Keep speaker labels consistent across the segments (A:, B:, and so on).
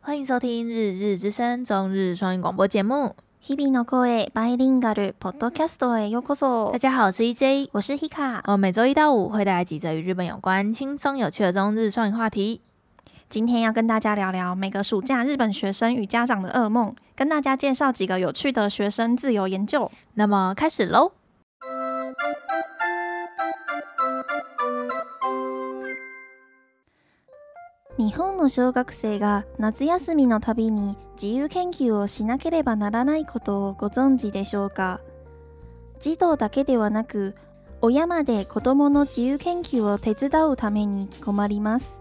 A: 欢迎收听《日日之声》中日双语广播节目。
B: 日々の声バイリンガルポッドキャストへようこそ
A: 大。家好，我是 EJ，
B: 我是 Hika，
A: 我每周一到五会带来几则与日本有关、轻松有趣的中日双语话题。
B: 今天要跟大家聊聊每个暑假日本学生与家长的噩梦，跟大家介绍几个有趣的学生自由研究。
A: 那么开始喽！
B: 日本の小学生が夏休みのたびに自由研究をしなければならないことをご存知でしょうか児童だけではなく親まで子どもの自由研究を手伝うために困ります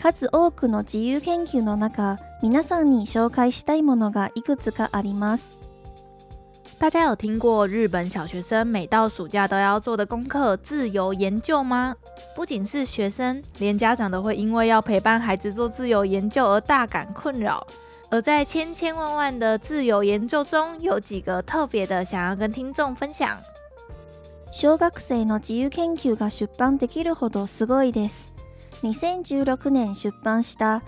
B: 数多くの自由研究の中皆さんに紹介したいものがいくつかあります
A: 大家有听过日本小学生每到暑假都要做的功课——自由研究吗？不仅是学生，连家长都会因为要陪伴孩子做自由研究而大感困扰。而在千千万万的自由研究中，有几个特别的想要跟听众分享。
B: 小学生の自由研究が出版できるほどすごいです2016年出版した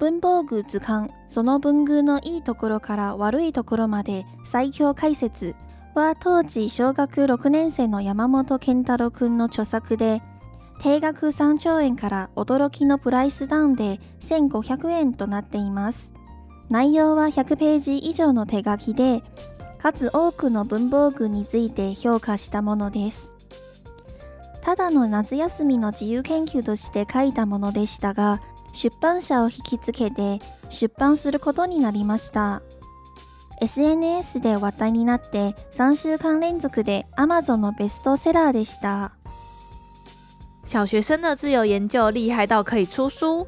B: 文房具図鑑その文具のいいところから悪いところまで最強解説は当時小学6年生の山本健太郎くんの著作で定額3兆円から驚きのプライスダウンで1500円となっています内容は100ページ以上の手書きで数多くの文房具について評価したものですただの夏休みの自由研究として書いたものでしたが出版社を引きつけて出版することになりました SNS で話題になって3週間連続で Amazon のベストセラーでした
A: 小学生的自由研究厉害到可以出书，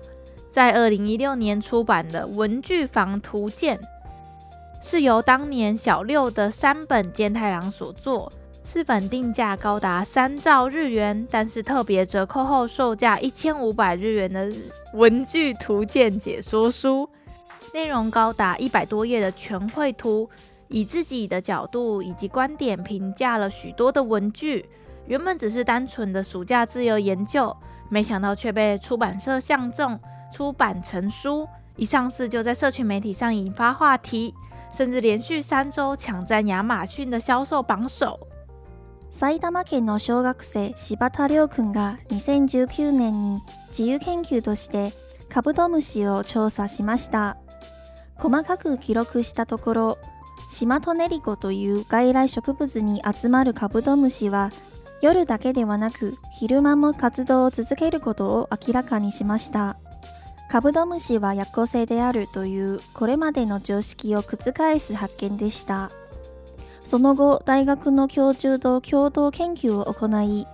A: 在二零一六年出版的《文具房图鉴》是由当年小六的山本健太郎所作，四本定价高达三兆日元，但是特别折扣后售价一千五百日元的文具图鉴解说书，内容高达一百多页的全绘图，以自己的角度以及观点评价了许多的文具。原本只是单纯的暑假自由研究，没想到却被出版社相中，出版成书。一上市就在社群媒体上引发话题，甚至连续三周抢占亚马逊的销售榜首。
B: 埼玉県の小学生柴田亮君が2019年に自由研究としてカブトムシを調査しました細かく記録したところシマトネリコという外来植物に集まるカブトムシは夜だけではなく昼間も活動を続けることを明らかにしましたカブトムシは夜行性であるというこれまでの常識を覆す発見でしたその後、大学の教授と共同研究を行い、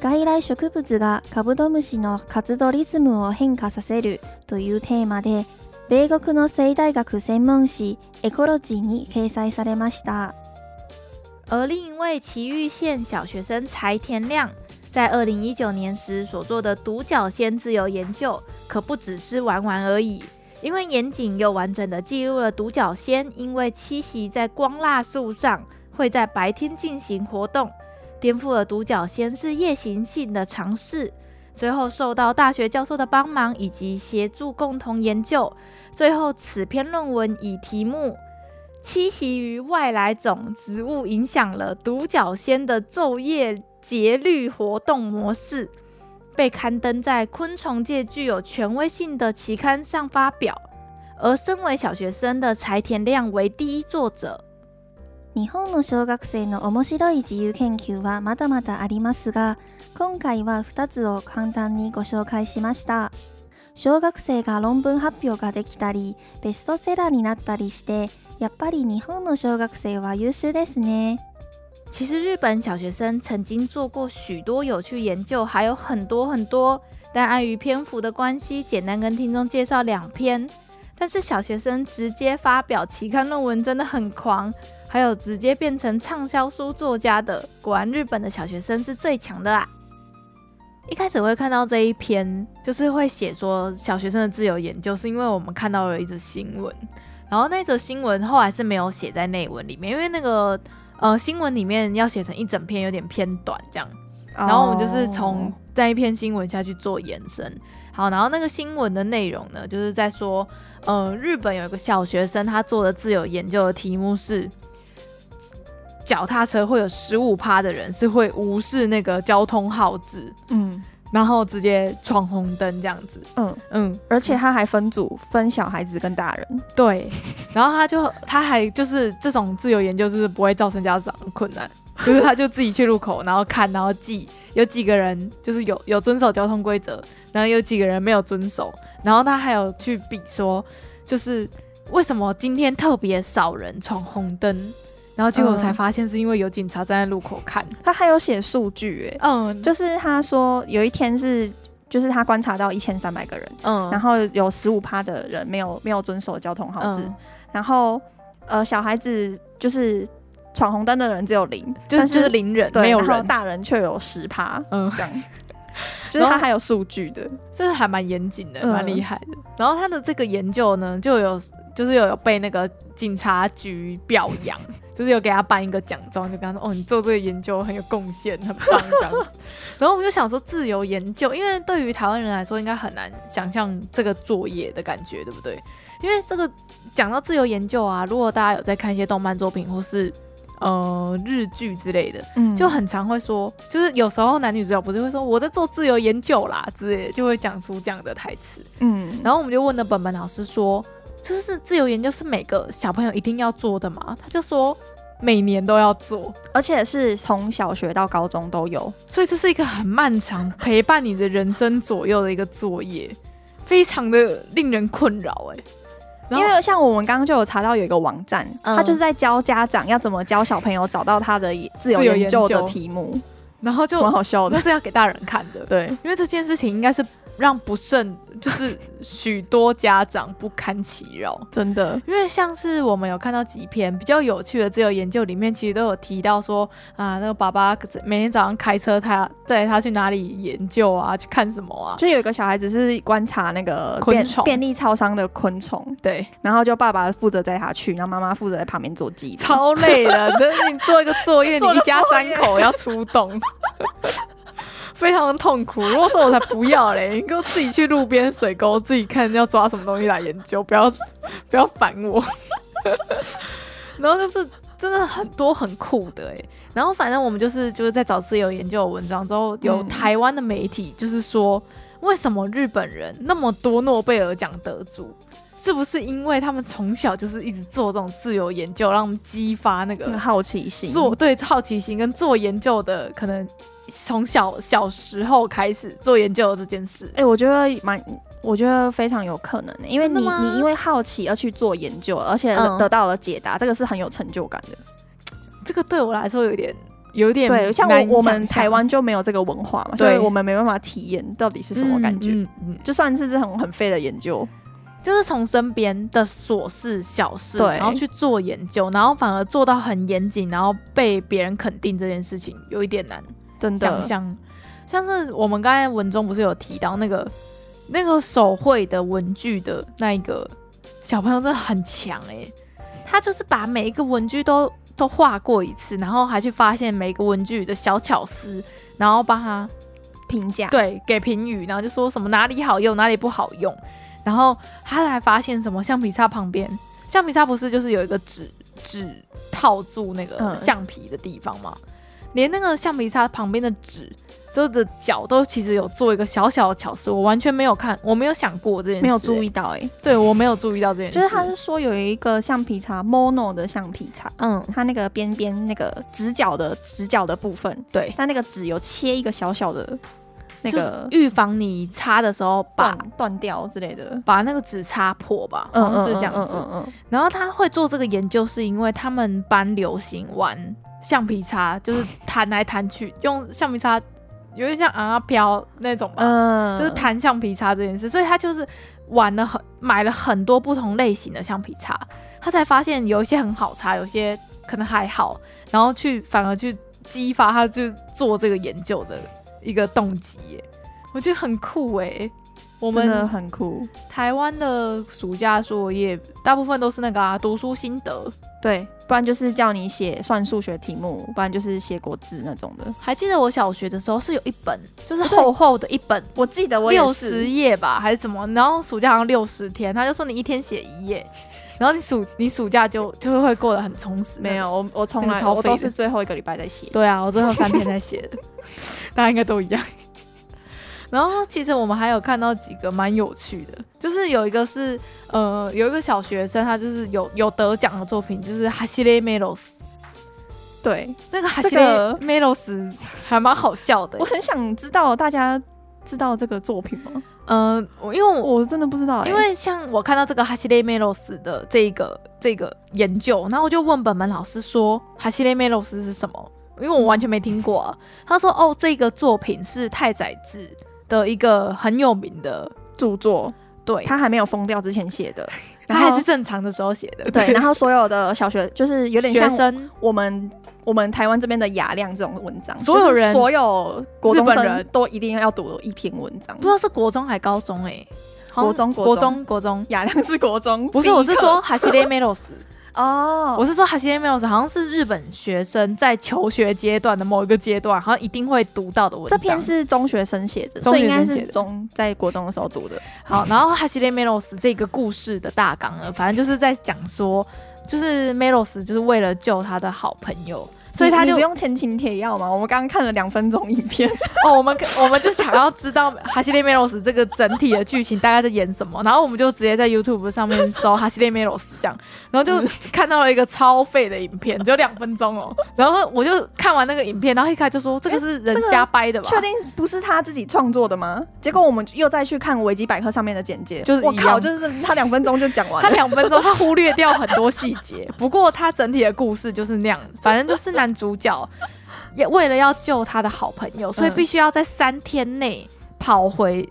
B: 外来植物がカブトムシの活動リズムを変化させるというテーマで、米国の生大学専門誌エコロジーに掲載されました。
A: 而另一位崎玉县小学生柴田亮，在二零一九年时所做的独角仙自由研究，可不只是玩玩而已，因为严谨又完整的记录了独角仙因为栖息在光蜡树上，会在白天进行活动，颠覆了独角仙是夜行性的尝试。随后受到大学教授的帮忙以及协助共同研究，最后此篇论文以题目栖息于外来种植物影响了独角仙的昼夜节律活动模式，被刊登在昆虫界具有权威性的期刊上发表。而身为小学生的柴田亮为第一作者。
B: 日本の小学生の面白い自由研究はまだまだありますが今回は2つを簡単にご紹介しました小学生が論文発表ができたりベストセラーになったりしてやっぱり日本の小学生は優秀ですね
A: 其实日本小学生曾经做过许多有趣研究，还有很多很多，但碍于篇幅的关系，简单跟听众介绍两篇。但是小学生直接发表期刊论文真的很狂，还有直接变成畅销书作家的，果然日本的小学生是最强的啦。啊一开始会看到这一篇，就是会写说小学生的自由研究，是因为我们看到了一则新闻，然后那则新闻后来是没有写在内文里面，因为那个呃新闻里面要写成一整
B: 哦
A: 篇，有点偏短这样。然后我们就是从那一篇新闻下去做延伸。好，然后那个新闻的内容呢，就是在说，呃，日本有一个小学生，他做的自由研究的题目是，脚踏车会有十五趴的人是会无视那个交通号志，
B: 嗯
A: 然后直接闯红灯这样子。
B: 嗯，
A: 嗯，
B: 而且他还分组，分小孩子跟大人。
A: 对。然后他就他还就是这种自由研究就是不会造成家长困难，就是他就自己去路口，然后看，然后记有几个人就是有有遵守交通规则，然后有几个人没有遵守，然后他还有去比说，就是为什么今天特别少人闯红灯。然后结果我才
B: 嗯
A: 发现是因为有警察站在路口看，
B: 他还有写数据、欸，
A: 嗯，就
B: 就是他说有一天是，就是他观察到一千三百个人，
A: 嗯，
B: 然
A: 后
B: 后有十五趴的人没有没有遵守交通号
A: 嗯
B: 志，然后呃小孩子就是闯红灯的人只有零，
A: 就
B: 但
A: 是就是零人
B: 对，
A: 没有
B: 然后
A: 人，
B: 大人却有十趴，
A: 嗯，
B: 这样， 就是
A: 然
B: 他
A: 后
B: 还有数据的，
A: 这还蛮严谨的，
B: 嗯
A: 蛮厉害的。然后他的这个研究呢，就有就是有被那个警察局表扬，就是有给他颁一个奖状，就跟他说：“哦，你做这个研究很有贡献，很棒。”这样子。然后我们就想说，自由研究，因为对于台湾人来说，应该很难想象这个作业的感觉，对不对？因为这个讲到自由研究啊，如果大家有在看一些动漫作品或是呃日剧之类的，
B: 嗯
A: 就很常会说，就是有时候男女主角不是会说我在做自由研究啦之类的，就会讲出这样的台词。
B: 嗯，
A: 然后我们就问了本本老师说，就是自由研究是每个小朋友一定要做的吗？他就说每年都要做，
B: 而且是从小学到高中都有，
A: 所以这是一个很漫长陪伴你的人生左右的一个作业，非常的令人困扰哎、然
B: 因
A: 后
B: 为像我们刚刚就有查到有一个网站，
A: 嗯
B: 他就是在教家长要怎么教小朋友找到他的自由
A: 自由
B: 研
A: 研
B: 究的
A: 究
B: 题目，
A: 然后就
B: 蛮好笑
A: 那
B: 的。
A: 是要给大人看的，
B: 对，
A: 因为这件事情应该是让不慎就是许多家长不堪其扰。
B: 真的，
A: 因为像是我们有看到几篇比较有趣的自由研究里面，其实都有提到说啊，那个爸爸每天早上开车他带他去哪里研究啊，去看什么啊？
B: 就有一个小孩子是观察那个
A: 昆
B: 便
A: 虫
B: 便利超商的昆虫，
A: 对，
B: 然后就爸爸负责带他去，然后妈妈负责在旁边做记录。
A: 超累的。但是你做一个作 业，
B: 做
A: 你
B: 个
A: 一家三口要出动， 非常的痛苦。如果说我才不要嘞，你给我自己去路边水沟自己看要抓什么东西来研究，不要不要烦我。 然后就是真的很多很酷的哎、然后反正我们就是就是在找自由研究的文章之后，有
B: 嗯
A: 台湾的媒体就是说，为什么日本人那么多诺贝尔奖得主？是不是因为他们从小就是一直做这种自由研究，让他们激发那
B: 那个
A: 个
B: 好奇心，
A: 做对好奇心跟做研究的可能从小小时候开始做研究的这件事
B: 哎、？我觉得蛮，我觉得非常有可能、因为
A: 真的
B: 你
A: 吗
B: 你因为好奇而去做研究，而且
A: 嗯
B: 得到了解答，这个是很有成就感的。
A: 这个对我来说有点有点
B: 对，像
A: 难以
B: 我我们
A: 想象
B: 台湾就没有这个文化嘛，所
A: 对
B: 以我们没办法体验到底是什么感觉。
A: 嗯嗯嗯
B: 就算是这种很废的研究，
A: 就是从身边的琐事、小事，
B: 对
A: 然后去做研究，然后反而做到很严谨，然后被别人肯定这件事情，有一点难
B: 真
A: 想
B: 的，
A: 象。像是我们刚才文中不是有提到那个那个手绘的文具的那一个小朋友，真的很强诶、他就是把每一个文具都都画过一次，然后还去发现每一个文具的小巧思，然后帮他
B: 评价，
A: 对，给评语，然后就说什么哪里好用，哪里不好用。然后他还发现什么橡皮擦旁边，橡皮擦不是就是有一个纸纸套住那个
B: 嗯
A: 橡皮的地方吗？连那个橡皮擦旁边的纸，就是的角都其实有做一个小小的巧思，我完全没有看，我没有想过这件事、
B: 没有注
A: 意，
B: 意到、欸，哎，
A: 对我没有注意到这件事，
B: 就是他是说有一个橡皮擦，mono 的橡皮擦。
A: 嗯，
B: 它那个边边那个直角的直角的部分，
A: 对，
B: 它那个纸有切一个小小的那个
A: 就是预防你擦的时候把
B: 断断掉之类的，
A: 嗯把那个纸擦破吧，好
B: 嗯
A: 像
B: 嗯
A: 是
B: 是
A: 这
B: 这
A: 样
B: 样
A: 子。
B: 子，嗯嗯
A: 然后他会做这个研究，是因为他们班流行玩橡皮擦，就是弹来弹去，用橡皮擦，有点像啊飘那种吧，
B: 嗯，
A: 就是弹橡皮擦这件事。所以他就是玩了很买了很多不同类型的橡皮擦，他才发现有一些很好擦，有些可能还好，然后去反而去激发他去做这个研究的一个动机耶，我觉得很酷诶。我
B: 我
A: 们
B: 很酷，
A: 台湾的暑假作业大部分都是那个啊，读书心得，
B: 对，不然就是叫你写算数学题目，不然就是写国字那种的。
A: 还记得我小学的时候是有一本，就是厚厚的一本，
B: 我记得我
A: 六
B: 也是
A: 十页吧，还是怎么？然后暑假好像六十天，他就说你一天写一 页，然后你暑你暑假就就会过得很充实。
B: 没，有，我我从
A: 那个
B: 来
A: 超
B: 我
A: 废
B: 都
A: 的
B: 是最后一个礼拜在写。
A: 对啊，我最后三天才写 的，大家应该都一样。然后其实我们还有看到几个蛮有趣的，就是有一个是呃有一个小学生，他就是有有得奖的作品，就是哈西雷梅罗斯。
B: 对，
A: 那个哈
B: 这
A: 西雷
B: 个
A: 梅罗斯还蛮好笑的
B: 我，很想知道大家知道这个作品吗？
A: 嗯、我因为我
B: 我真的不知道欸、
A: 因为像我看到这个哈西雷梅罗斯的这一个这个研究，然后我就问本本老师说哈西雷梅罗斯是什么，因为我完全没听过、啊。他说哦，这个作品是太宰治的一个很有名的，
B: 著作
A: 对
B: 他还没有疯掉之前 写的，
A: 他
B: 然后
A: 还是正常的时候写的，
B: 对，然后所有的小学就是有点
A: 学
B: 像嗯
A: 生
B: 我们我们台湾这边的雅量这种文章，
A: 所有人
B: 就是所有国中
A: 日本人
B: 生都一定要读一篇文章
A: 不。知道是国中还高中哎、欸，好像
B: 国中
A: 国
B: 国中
A: 中国中，
B: 雅量是国中，
A: 不是
B: 第一
A: 我是
B: 课
A: 说哈西雷梅罗斯。
B: 哦，
A: 我是说，哈西梅老师好像是日本学生在求学阶段的某一个阶段，好像一定会读到的文章。
B: 这篇是中学生写的，
A: 中
B: 所以
A: 学
B: 应该
A: 生写
B: 是
A: 的
B: 中在国中的时候读的。
A: 好，然后哈西雷梅罗斯这个故事的大纲呢，反正就是在讲说，就是梅罗斯就是为了救他的好朋友，所以
B: 你
A: 他
B: 你
A: 就
B: 不用前情提要嘛，我们刚刚看了两分钟影 片，
A: 哦，我们我们就想要知道哈西雷梅罗斯这个整体的剧情大概在演什么，然后我们就直接在 YouTube 上面搜哈西雷梅罗斯这样，然后就
B: 嗯
A: 看到了一个超废的影片，只有两分钟哦，然后我就看完那个影片，然后一开始就说这个是人
B: 这个
A: 瞎掰的吧，
B: 确定不是他自己创作的吗？结果我们又再去看维基百科上面的简介，
A: 就是
B: 我
A: 一
B: 靠，
A: 样
B: 就是他两分钟就讲 完
A: 他
B: 了。
A: 两分钟，他忽略掉很多细节。不过他整体的故事就是那样，反正就是男主角也为了要救他的好朋友，所以
B: 嗯
A: 必须要在三天内跑回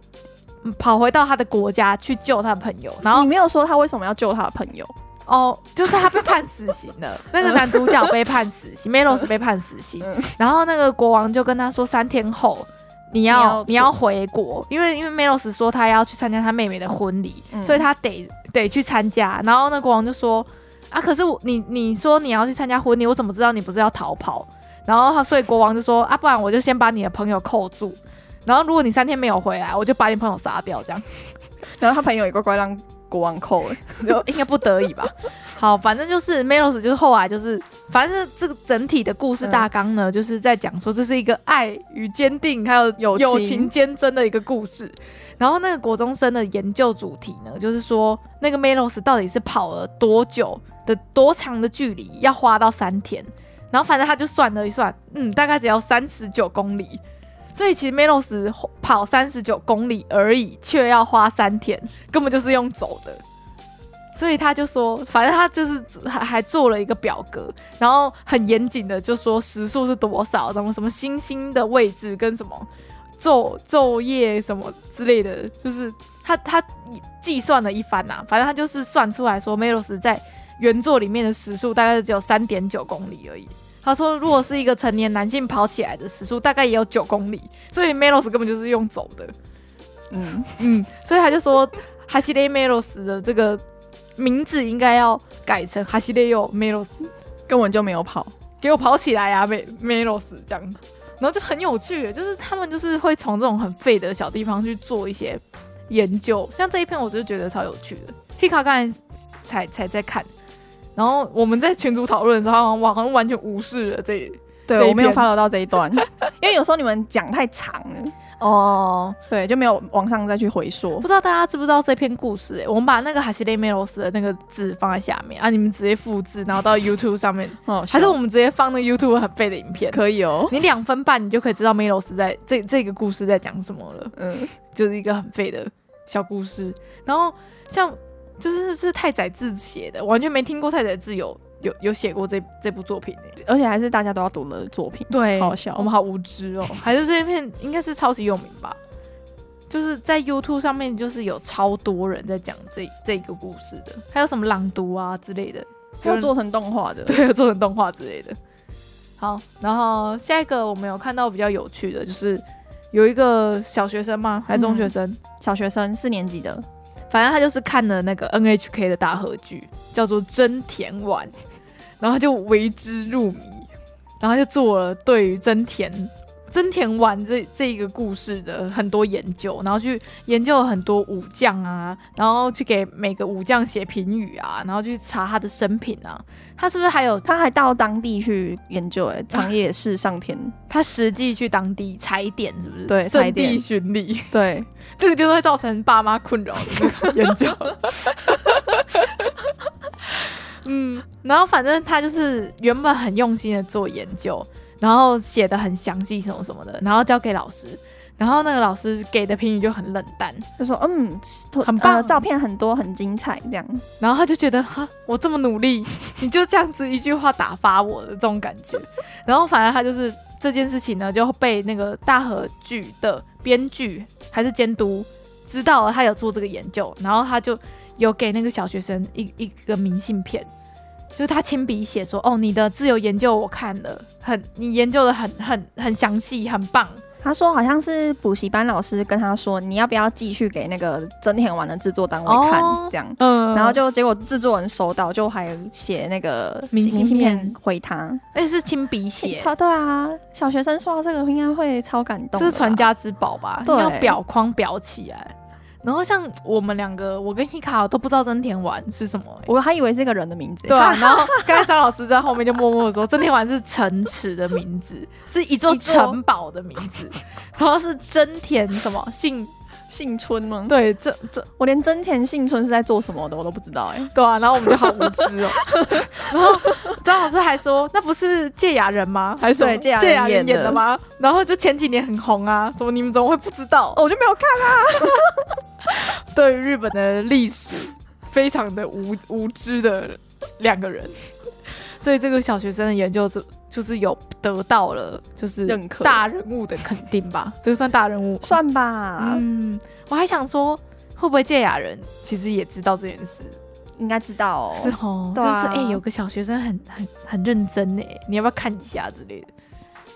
A: 嗯跑回到他的国家去救他的朋友。然后
B: 你没有说他为什么要救他的朋友，
A: 哦，就是他被判死刑 了，那个男主角被判死刑，梅罗斯被判死刑
B: 嗯。
A: 然后那个国王就跟他说，三天后。你
B: 你
A: 要
B: 要
A: 你要回国，因为因为梅罗斯说他要去参加他妹妹的婚礼，
B: 嗯
A: 所以他得得去参加。然后那国王就说：“啊，可是我你你说你要去参加婚礼，我怎么知道你不是要逃跑？”然后他所以国王就说：“啊，不然我就先把你的朋友扣住，然后如果你三天没有回来，我就把你朋友杀掉。”这样。
B: 然后他朋友也乖乖让国王扣 了。
A: 有应该不得已吧。 好，反正就是 Melos 就是后来就是，反正这个整体的故事
B: 嗯
A: 大纲呢，就是在讲说这是一个爱与坚定还有
B: 友情
A: 友情坚贞的一个故事。然后那个国中生的研究主题呢，就是说那个 Melos 到底是跑了多久的多长的距离，要花到三天。然后反正他就算了一算，嗯，大概只要三十九公里。所以其实 Melos 跑三十九公里而已，却要花三天，根本就是用走的。所以他就说，反正他就是还还做了一个表格，然后很严谨的就说时速是多少，什么什么星星的位置跟什么昼昼夜什么之类的，就是他他计算了一番呐、反正他就是算出来说梅洛斯在原作里面的时速大概只有三点九公里而已。他说，如果是一个成年男性跑起来的时速，大概也有九公里，所以梅洛斯根本就是用走的。
B: 嗯，
A: 嗯，所以他就说哈希雷梅罗斯的这个名字应该要改成哈希雷又梅罗斯，
B: 根本就没有跑。
A: 给我跑起来呀、啊，梅梅罗斯这样，然后就很有趣，就是他们就是会从这种很废的小地方去做一些研究，像这一篇我就觉得超有趣的。Hika 刚才才才在看，然后我们在群组讨论的时候，他好像好像完全无视了这这一
B: 对，我没有
A: 篇
B: follow 到这一段， 因为有时候你们讲太长了，
A: 哦，
B: 对，就没有往上再去回说
A: 不。知道大家知不知道这篇故事、欸？我们把那个哈希雷梅罗斯的那个字放在下面啊，你们直接复制，然后到 YouTube 上面
B: 哦，
A: 还是我们直接放那 YouTube 很废的影片，
B: 可以哦。
A: 你两分半你就可以知道 Melos 在这这个故事在讲什么了，
B: 嗯，
A: 就是一个很废的小故事。然后像就是是太宰治写的，完全没听过太宰治有有有写过这这部作品、欸、
B: 而且还是大家都要读的作品。
A: 对
B: 好笑
A: 我们好无知哦。还是这一片应该是超级有名吧？就是在 YouTube 上面，就是有超多人在讲这这个故事的，还有什么朗读啊之类的，
B: 还有做成动画的，
A: 对，做成动画之类的。好，然后下一个我们有看到比较有趣的，就是有一个小学生吗？还是中学生？
B: 小学生四年级的，
A: 反正他就是看了那个 NHK 的大合剧，叫做《真田丸》。然后他就为之入迷，然后就做了对于真田真田丸这这一个故事的很多研究，然后去研究了很多武将啊，然后去给每个武将写评语啊，然后去查他的生平啊，他是不是还有
B: 他还到当地去研究、 哎，长野市上天，
A: 他实际去当地踩点是不是？
B: 对踩
A: 圣
B: 点
A: 地巡礼，
B: 对，
A: 这个就会造成爸妈困扰的那 个研究。 嗯，然后反正他就是原本很用心的做研究，然后写的很详细什么什么的，然后交给老师，然后那个老师给的评语就很冷淡，
B: 就说嗯，
A: 很棒
B: 呃照片很多，很精彩，这样。
A: 然后他就觉得哈，我这么努力，你就这样子一句话打发我的这种感觉。然后反而他就是这件事情呢，就被那个大和剧的编剧还是监督知道了他有做这个研究，然后他就有给那个小学生一一个明信片，就是他亲笔写说，哦，你的自由研究我看了，很你研究的很很很详细，很棒。
B: 他说好像是补习班老师跟他说，你要不要寄去给那个真田丸的制作单位看，
A: 哦
B: 这样。
A: 嗯
B: 然后就结果制作人收到，就还写那个
A: 明信片
B: 回他，
A: 而且是亲笔写，
B: 超对啊！小学生说到这个应该会超感动的
A: 这
B: 啦，
A: 是传家之宝吧？
B: 对
A: 要裱框裱起来。然后像我们两个，我跟 Hika 都不知道真田丸是什么、欸
B: 我还以为是个人的名字。
A: 对啊，然后刚才张老师在后面就默默的说，真田丸是城池的名字， 是一座
B: 一座
A: 城堡的名字，然后是真田什么姓？
B: 幸村吗？
A: 对，
B: 对，
A: 这这
B: 我连真田幸村是在做什么的我都不知道哎、
A: 对啊，然后我们就好无知 哦。然后张老师还说，那不是芥雅人吗？还是什么
B: 对芥雅人
A: 芥雅人
B: 演
A: 演
B: 的
A: 的吗？然后就前几年很红啊，怎么你们怎么会不知道？
B: 哦，我就没有看。
A: 对于日本的历史非常的无无知的两个人，所以这个小学生的研究就就是有得到了就是
B: 认可
A: 大人物的肯定吧，这个算大人物吗
B: 算吧，
A: 嗯，我还想说会不会芥雅人其实也知道这件事，
B: 应该知道、哦。
A: 是哦，
B: 对啊
A: 就是哎、有个小学生很很很认真呢，你要不要看一下之类的？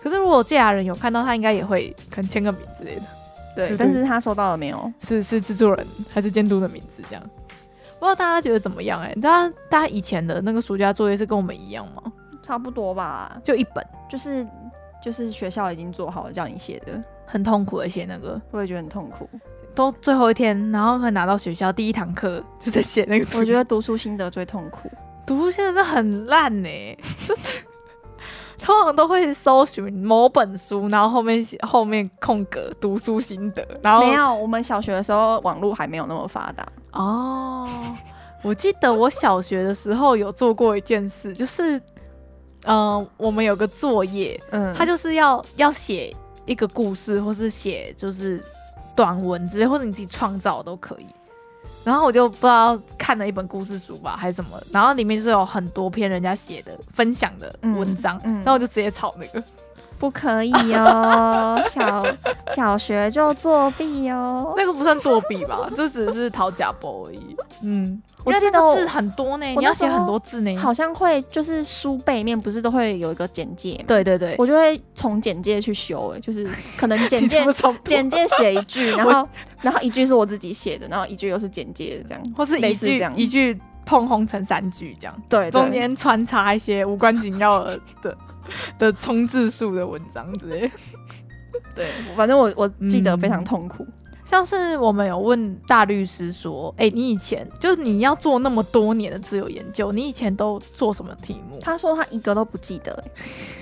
A: 可是如果芥雅人有看到，他应该也会可能签个名之类的。
B: 对
A: 对，
B: 但是他收到了没有？
A: 是是制作人还是监督的名字这样。不知道大家觉得怎么样、欸？哎，大家大家以前的那个暑假作业是跟我们一样吗？
B: 差不多吧，
A: 就一本，
B: 就是就是学校已经做好了叫你写的，
A: 很痛苦的写那个，
B: 我也觉得很痛苦。
A: 都最后一天，然后可以拿到学校第一堂课就在写那 个暑假。
B: 我觉得读书心得最痛苦。
A: 读现在真的很烂呢、就是 通常都会搜寻某本书，然后后面写后面空格读书心得，然后
B: 没有，我们小学的时候网络还没有那么发达，
A: 哦，我记得我小学的时候有做过一件事，就是，嗯、我们有个作业，
B: 嗯
A: 他就是要要写一个故事，或是写就是短文之类，或者你自己创造都可以。然后我就不知道看了一本故事书吧，还是什么，然后里面就是有很多篇人家写的分享的文章，
B: 嗯嗯
A: 然后我就直接抄那个。
B: 不可以 哦，小小学就作弊哦。
A: 那个不算作弊 吧，就只是讨假包而已。嗯，
B: 我
A: 因为
B: 记
A: 那
B: 得
A: 个
B: 我
A: 字很多呢，
B: 我
A: 你要
B: 那时
A: 写很
B: 候
A: 多字呢。
B: 好像会就是书背面不是都会有一个简介吗，
A: 对对对，
B: 我就会从简介去修、哎，就是可能简
A: 你
B: 介
A: 这么差不多
B: 简介写一句，然
A: 我
B: 后然后一句是我自己写的，然后一句又是简介的这样，
A: 或是
B: 类
A: 一
B: 似这
A: 句
B: 样
A: 一句碰轰成三句这样，
B: 对
A: 中间穿插一些无关紧要 的的的冲字数的文章之类。
B: 对，反正我我记得
A: 嗯
B: 非常痛苦，
A: 像是我们有问大律师说，哎、你以前就是你要做那么多年的自由研究，你以前都做什么题目？
B: 他说他一个都不记得、哎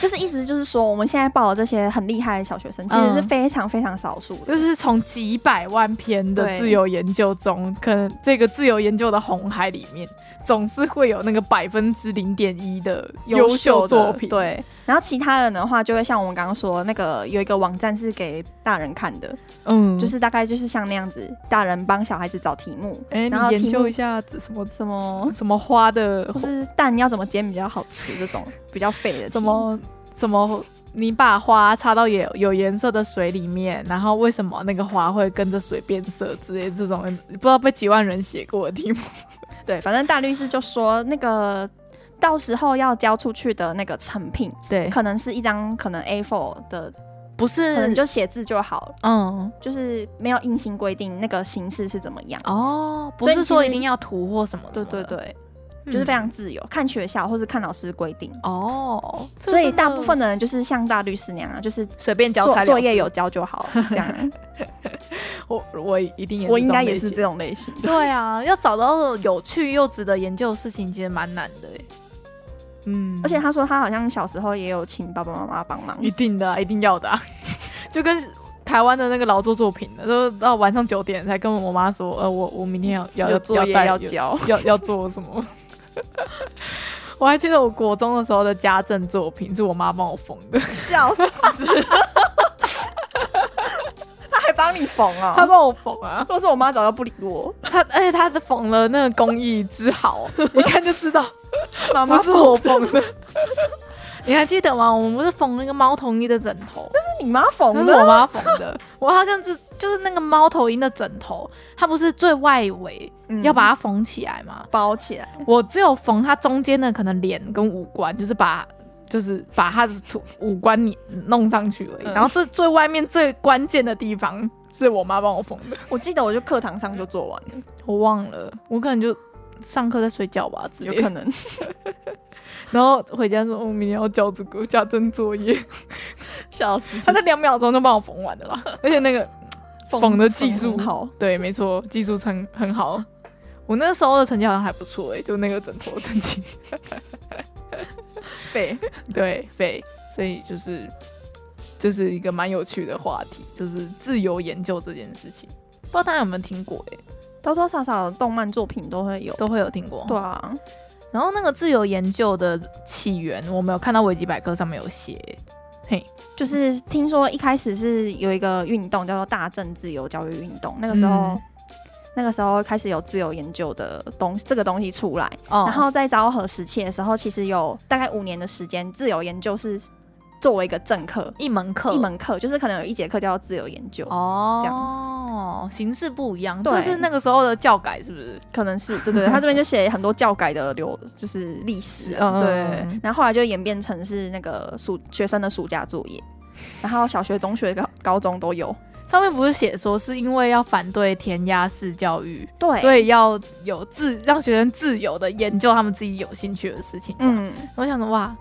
B: 就是意思就是说，我们现在报的这些很厉害的小学生，其实是
A: 嗯
B: 非常非常少数的。
A: 就是从几百万篇的
B: 对
A: 自由研究中，可能这个自由研究的红海里面，总是会有那个百分之零点一的优秀
B: 的
A: 作品。，
B: 对。然后其他人的话，就会像我们刚刚说，那个有一个网站是给大人看的，
A: 嗯，
B: 就是大概就是像那样子，大人帮小孩子找题目，
A: 哎、
B: 然后
A: 你
B: 嗯
A: 研
B: 题
A: 究
B: 目
A: 一下什么
B: 什么，
A: 什么花的
B: 就是蛋要怎么煎比较好吃这种 比较废的题
A: 怎么怎么你把花插到有有颜色的水里面，然后为什么那个花会跟着水变色之类这种不知道被几万人写过的题目。
B: 对，反正大律师就说那个。到时候要交出去的那个成品，
A: 对，
B: 可能是一张可能 A4 的，
A: 不
B: 可能
A: 是
B: 就写字就好了，
A: 嗯
B: 就是没有硬性规定那个形式是怎么样。
A: 哦，不
B: 所以
A: 是
B: 其
A: 说
B: 实
A: 一定要涂或什么
B: 对对
A: 什么的，嗯
B: 对，就是非常自由，看学校或是看老师规定。
A: 哦，这
B: 所以
A: 真的
B: 大部分的人就是像大律师那样啊，就是
A: 随便交
B: 作
A: 差了
B: 作业
A: 事
B: 有交就好，这样。
A: 我我一 定也
B: 我应该也
A: 是
B: 是
A: 这
B: 这
A: 样。
B: 种类型的。
A: 对啊， 要找到有趣又值得研究的事情，其实蛮难的欸嗯，
B: 而且他说他好像小时候也有请爸爸妈妈帮忙，
A: 一定的啊、一定要的啊、 就跟台湾的那个劳作作品的，都到晚上九点才跟我妈说，呃，我我明天要要
B: 有作业
A: 带
B: 要
A: 有
B: 交。
A: 要要做什么。 我还记得我国中的时候的家政作品是我妈帮我缝的，
B: 笑死！ 他还帮你缝哦。
A: 她帮我缝啊，
B: 如果是我妈，早就不理我。
A: 她而且她的缝了那个工艺之 好，一看就知道
B: 妈妈
A: 不是我缝的。 你还记得吗？我们不是缝那个猫头鹰的枕头，
B: 是你妈缝
A: 那是
B: 的，
A: 我妈缝的。 我好像是就是那个猫头鹰的枕头，它不是最外围、
B: 嗯
A: 要把它缝起来吗？
B: 包起来。
A: 我只有缝它中间的可能脸跟五官，就是把就是把它的图五官你弄上去而已。
B: 嗯
A: 然后最最外面最关键的地方是我妈帮我缝的，
B: 我记得我就课堂上就做完了，
A: 我忘了，我可能就上课在睡觉吧之
B: 有
A: 类
B: 可
A: 的。
B: 能。
A: 然后回家说，我、哦明天要交这个家政作业，
B: 笑死！
A: 她在两秒钟就帮我缝完的啦，而且那个缝的技术
B: 缝很好，
A: 对，没错，技术成很好。我那时候的成绩好像还不错诶、欸就那个枕头的成绩。
B: 废。
A: 对，废，所以就是这、是一个蛮有趣的话题，就是自由研究这件事情。不知道大家有没有听过、欸？
B: 多多少少动漫作品都会有。
A: 都会有听过。
B: 对，啊，
A: 然后那个自由研究的起源，我没有看到维基百科上面有写、欸
B: 就是听说一开始是有一个运动叫做大正自由教育运动，那个时候。
A: 嗯
B: 那个时候开始有自由研究的东这个东西出来，
A: 哦
B: 然后在昭和时期的时候，其实有大概五年的时间，自由研究是作为一个正课，
A: 一门课，
B: 一门课就是可能有一节课叫自由研究，
A: 哦，
B: 这
A: 样形式不一样，
B: 对
A: 这是那个时候的教改是不是？
B: 可能是对 对，对他这边就写很多教改的流，就是历史啊，
A: 嗯
B: 对，然后后来就演变成是那个暑学生的暑假作业，然后小学、中学、高高中都有，
A: 上面不是写说是因为要反对填鸭式教育，
B: 对
A: 所
B: 以
A: 以要有自让学生自由的研究他们自己有兴趣的事情。嗯，
B: 嗯，
A: 我想说哇，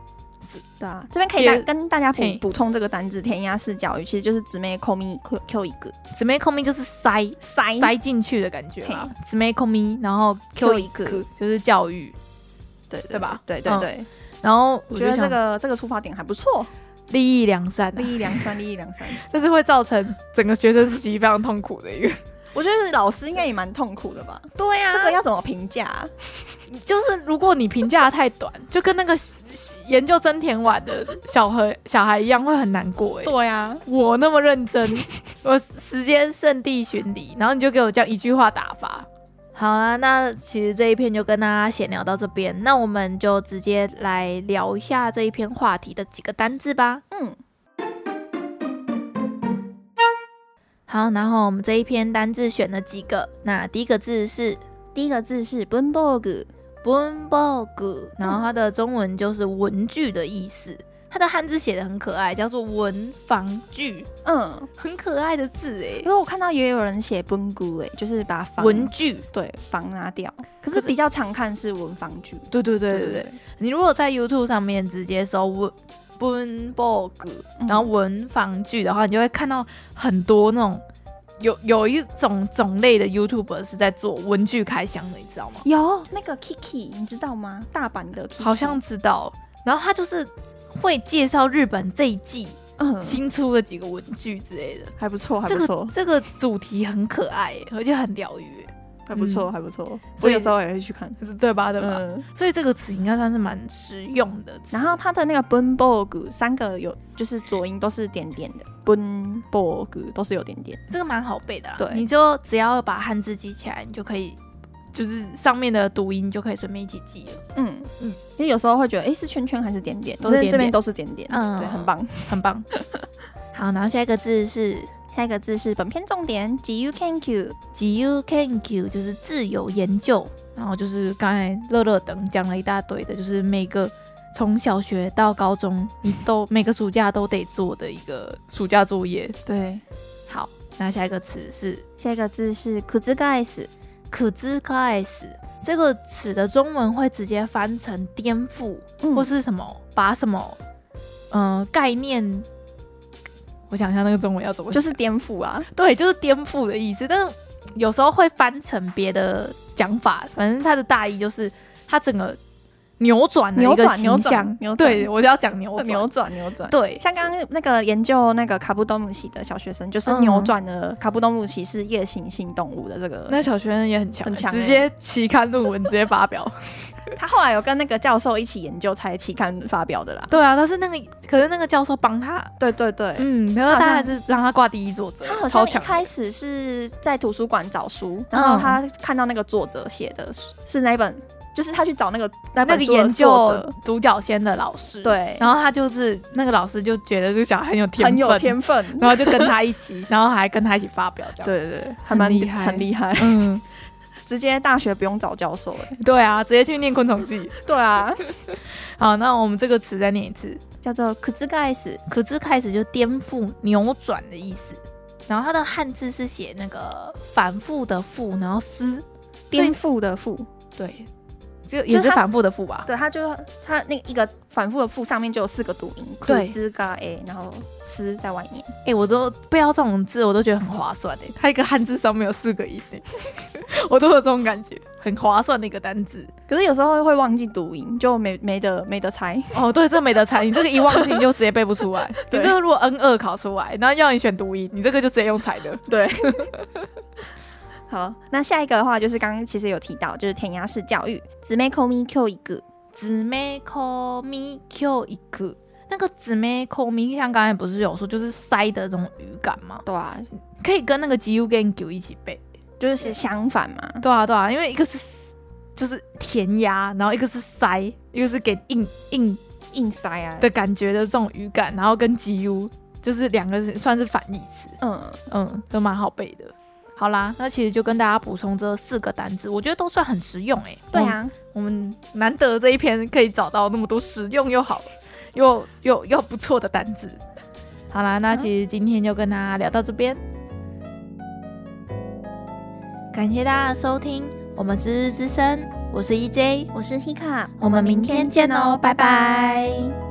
B: 对啊，这边可以
A: 接
B: 大跟大家补
A: 嘿
B: 补充这个单字，填鸭式教育其实就是姊妹扣咪扣扣一个
A: 姊妹控咪就是塞
B: 塞
A: 塞进去的感觉嘛，姊妹控咪，然后 Q
B: Q
A: 一
B: 一
A: 个
B: 个
A: 就是教育，
B: 对对
A: 对吧
B: 对对
A: 嗯
B: 对，
A: 然后
B: 我
A: 我就
B: 觉得这
A: 想
B: 个这个出发点还不 错，
A: 利益良善、啊，
B: 利益良善，利益良善，
A: 但是会造成整个学生时期非常痛苦的一个。
B: 我觉得老师应该也蛮痛苦的吧，
A: 对呀
B: 这个要怎么评价啊？
A: 就是如果你评价得太短，就跟那个研究真田丸的小孩小孩一样，会很难过哎、
B: 对啊呀，
A: 我那么认 真，我时间圣地巡礼，然后你就给我这样一句话打发。好啦，那其实这一篇就跟大家闲聊到这边，那我们就直接来聊一下这一篇话题的几个单字吧。
B: 嗯，
A: 好，然后我们这一篇单字选了几个，那第一个字是
C: 第一个字是文房具，
A: 文房具，然后它的中文就是文具的意思，它的汉字写的很可爱，叫做文房具，
B: 嗯，
A: 很可爱的字哎
B: 可，是我看到也有人写崩菇哎，就是把房
A: 文具。
B: 对房拿掉，可
A: 可
B: 是
A: 是
B: 比较常看是文房具。
A: 对对对对对，，你如果在 YouTube 上面直接搜文文房具，
B: 嗯
A: 然后文房具的话，你就会看到很多那种有有一种种类的 YouTuber 是在做文具开箱的，你知道吗？
B: 有那个 Kiki，你知道吗？大阪的 Kiki，
A: 好像知道，然后他就是会介绍日本这一季
B: 嗯，
A: 新出的几个文具之类的。
B: 还不错，嗯还
A: 这
B: 不错
A: 个，这个主题很可爱耶，而且很疗愈耶，
B: 还不错，还不错。
A: 所
B: 我
A: 以
B: 有时候也会去看。
A: 是对吧？对吧？
B: 嗯，
A: 所以这个词应该算是蛮实用的词。
B: 然后它的那个 b u n b o g 三个有就是浊音都是点点的 b u n b o g 都是有点点。
A: 这个蛮好背的啦，
B: 对
A: 你就只要把汉字记起来，你就可以，就是上面的读音就可以顺便一起记了，
B: 嗯
A: 嗯
B: 嗯，因为有时候会觉得哎是圈圈还是点点，
A: 都是
B: 但这
A: 点点
B: 边都是点点，
A: 嗯
B: 对，很棒。
A: 很棒。 好，然后下一个字是
B: 下一个字是本片重点 G U K Q，
A: G U K Q，就是自由研究，然后就是刚才乐乐等讲了一大堆的，就是每个。从小学到高中，你都每个暑假都得做的一个暑假作业。
B: 对，
A: 好，那下一个词是
C: 下一个字是くずがえす，
A: 可知可爱死这个词的中文会直接翻成颠覆、
B: 嗯
A: 或是什么，把什么嗯、呃概念，我想一下那个中文要怎么讲，
B: 就是颠覆啊，
A: 对，就是颠覆的意思，但是有时候会翻成别的讲法，反正它的大意就是它整个扭转了一个
B: 扭转
A: 形象，
B: 扭转扭转呃
A: 对 我就要讲扭
B: 扭
A: 转，
B: 转扭转。
A: 对，
B: 像刚刚那个研究那个卡布多姆奇的小学生，就是
A: 嗯
B: 扭转了卡布多姆奇是夜行性动物的这个。
A: 那小学生也很强欸，
B: 很强欸
A: 直接期刊论文直接发 表。
B: 他后来有跟那个教授一起研究，才期刊发表的啦。
A: 对啊，但是那个可是那个教授帮他，
B: 对对对
A: 嗯，然后
B: 好
A: 他
B: 像
A: 还是让他挂第一作者
B: 他，好像
A: 超
B: 一
A: 强的。
B: 开始是在图书馆找书，
A: 嗯
B: 然后他看到那个作者写的书是哪一本，就是他去找那个那
A: 那
B: 本
A: 个
B: 书的
A: 研
B: 作
A: 究
B: 者
A: 独角仙的老师，
B: 对
A: 然后他就是那个老师就觉得这个小孩很有天分，
B: 很有天分，
A: 然后就跟他一起，然后还跟他一起发表这样。，
B: 对对对，还蛮
A: 厉害
B: 很厉 害，
A: 嗯，
B: 直接大学不用找教授哎、
A: 对啊，直接去念昆虫系。
B: 对啊，
A: 好，那我们这个词再念一次，
B: 叫做可兹盖斯，
A: 可知开始就颠覆、扭转的意思。然后它的汉字是写那个反复的复，然后思，
B: 颠覆的覆，
A: 对，就也是反复的复吧。
B: 对，他就他那一个反复的复上面就有四个读音，
A: 对
B: 可兹盖 A，然后斯在外面，
A: 哎、我都不要这种字，我都觉得很划算哎、它一个汉字上面有四个音哎、 我都有这种感觉，很划算的一个单字。
B: 可是有时候会忘记读音，就没没得没得猜，
A: 哦，对，这没得猜，你这个一忘记你就直接背不出来。你
B: 对
A: 这个如果 N 二考出来，然后要你选读音，你这个就直接用猜的。
B: 对。 好，那下一个的话就是刚刚其实有提到，就是填鸭式教育，姊妹 call me Q 一个，
A: 姊妹 call me Q 一个，那个姊妹 call me，像刚才不是有说就是塞的这种语感吗？
B: 对啊，
A: 可以跟那个 G U 跟 Q 一起背。
B: 就是相反嘛，
A: 对啊，对啊，因为一个是就是填压，然后一个是塞，一个是给硬硬
B: 硬塞啊，
A: 的感觉的这种语感，然后跟 G U 就是两个是算是反义词。
B: 嗯，
A: 嗯，都蛮好背的。好啦，那其实就跟大家补充这四个单字，我觉得都算很实用哎、
B: 对啊，
A: 我们，我们难得这一篇可以找到那么多实用又好又又又不错的单字。好啦，那其实今天就跟大家聊到这边，感谢大家的收听，我们是日日之声，我是 EJ，
C: 我是 Hika，
A: 哦我们明天见哦，拜拜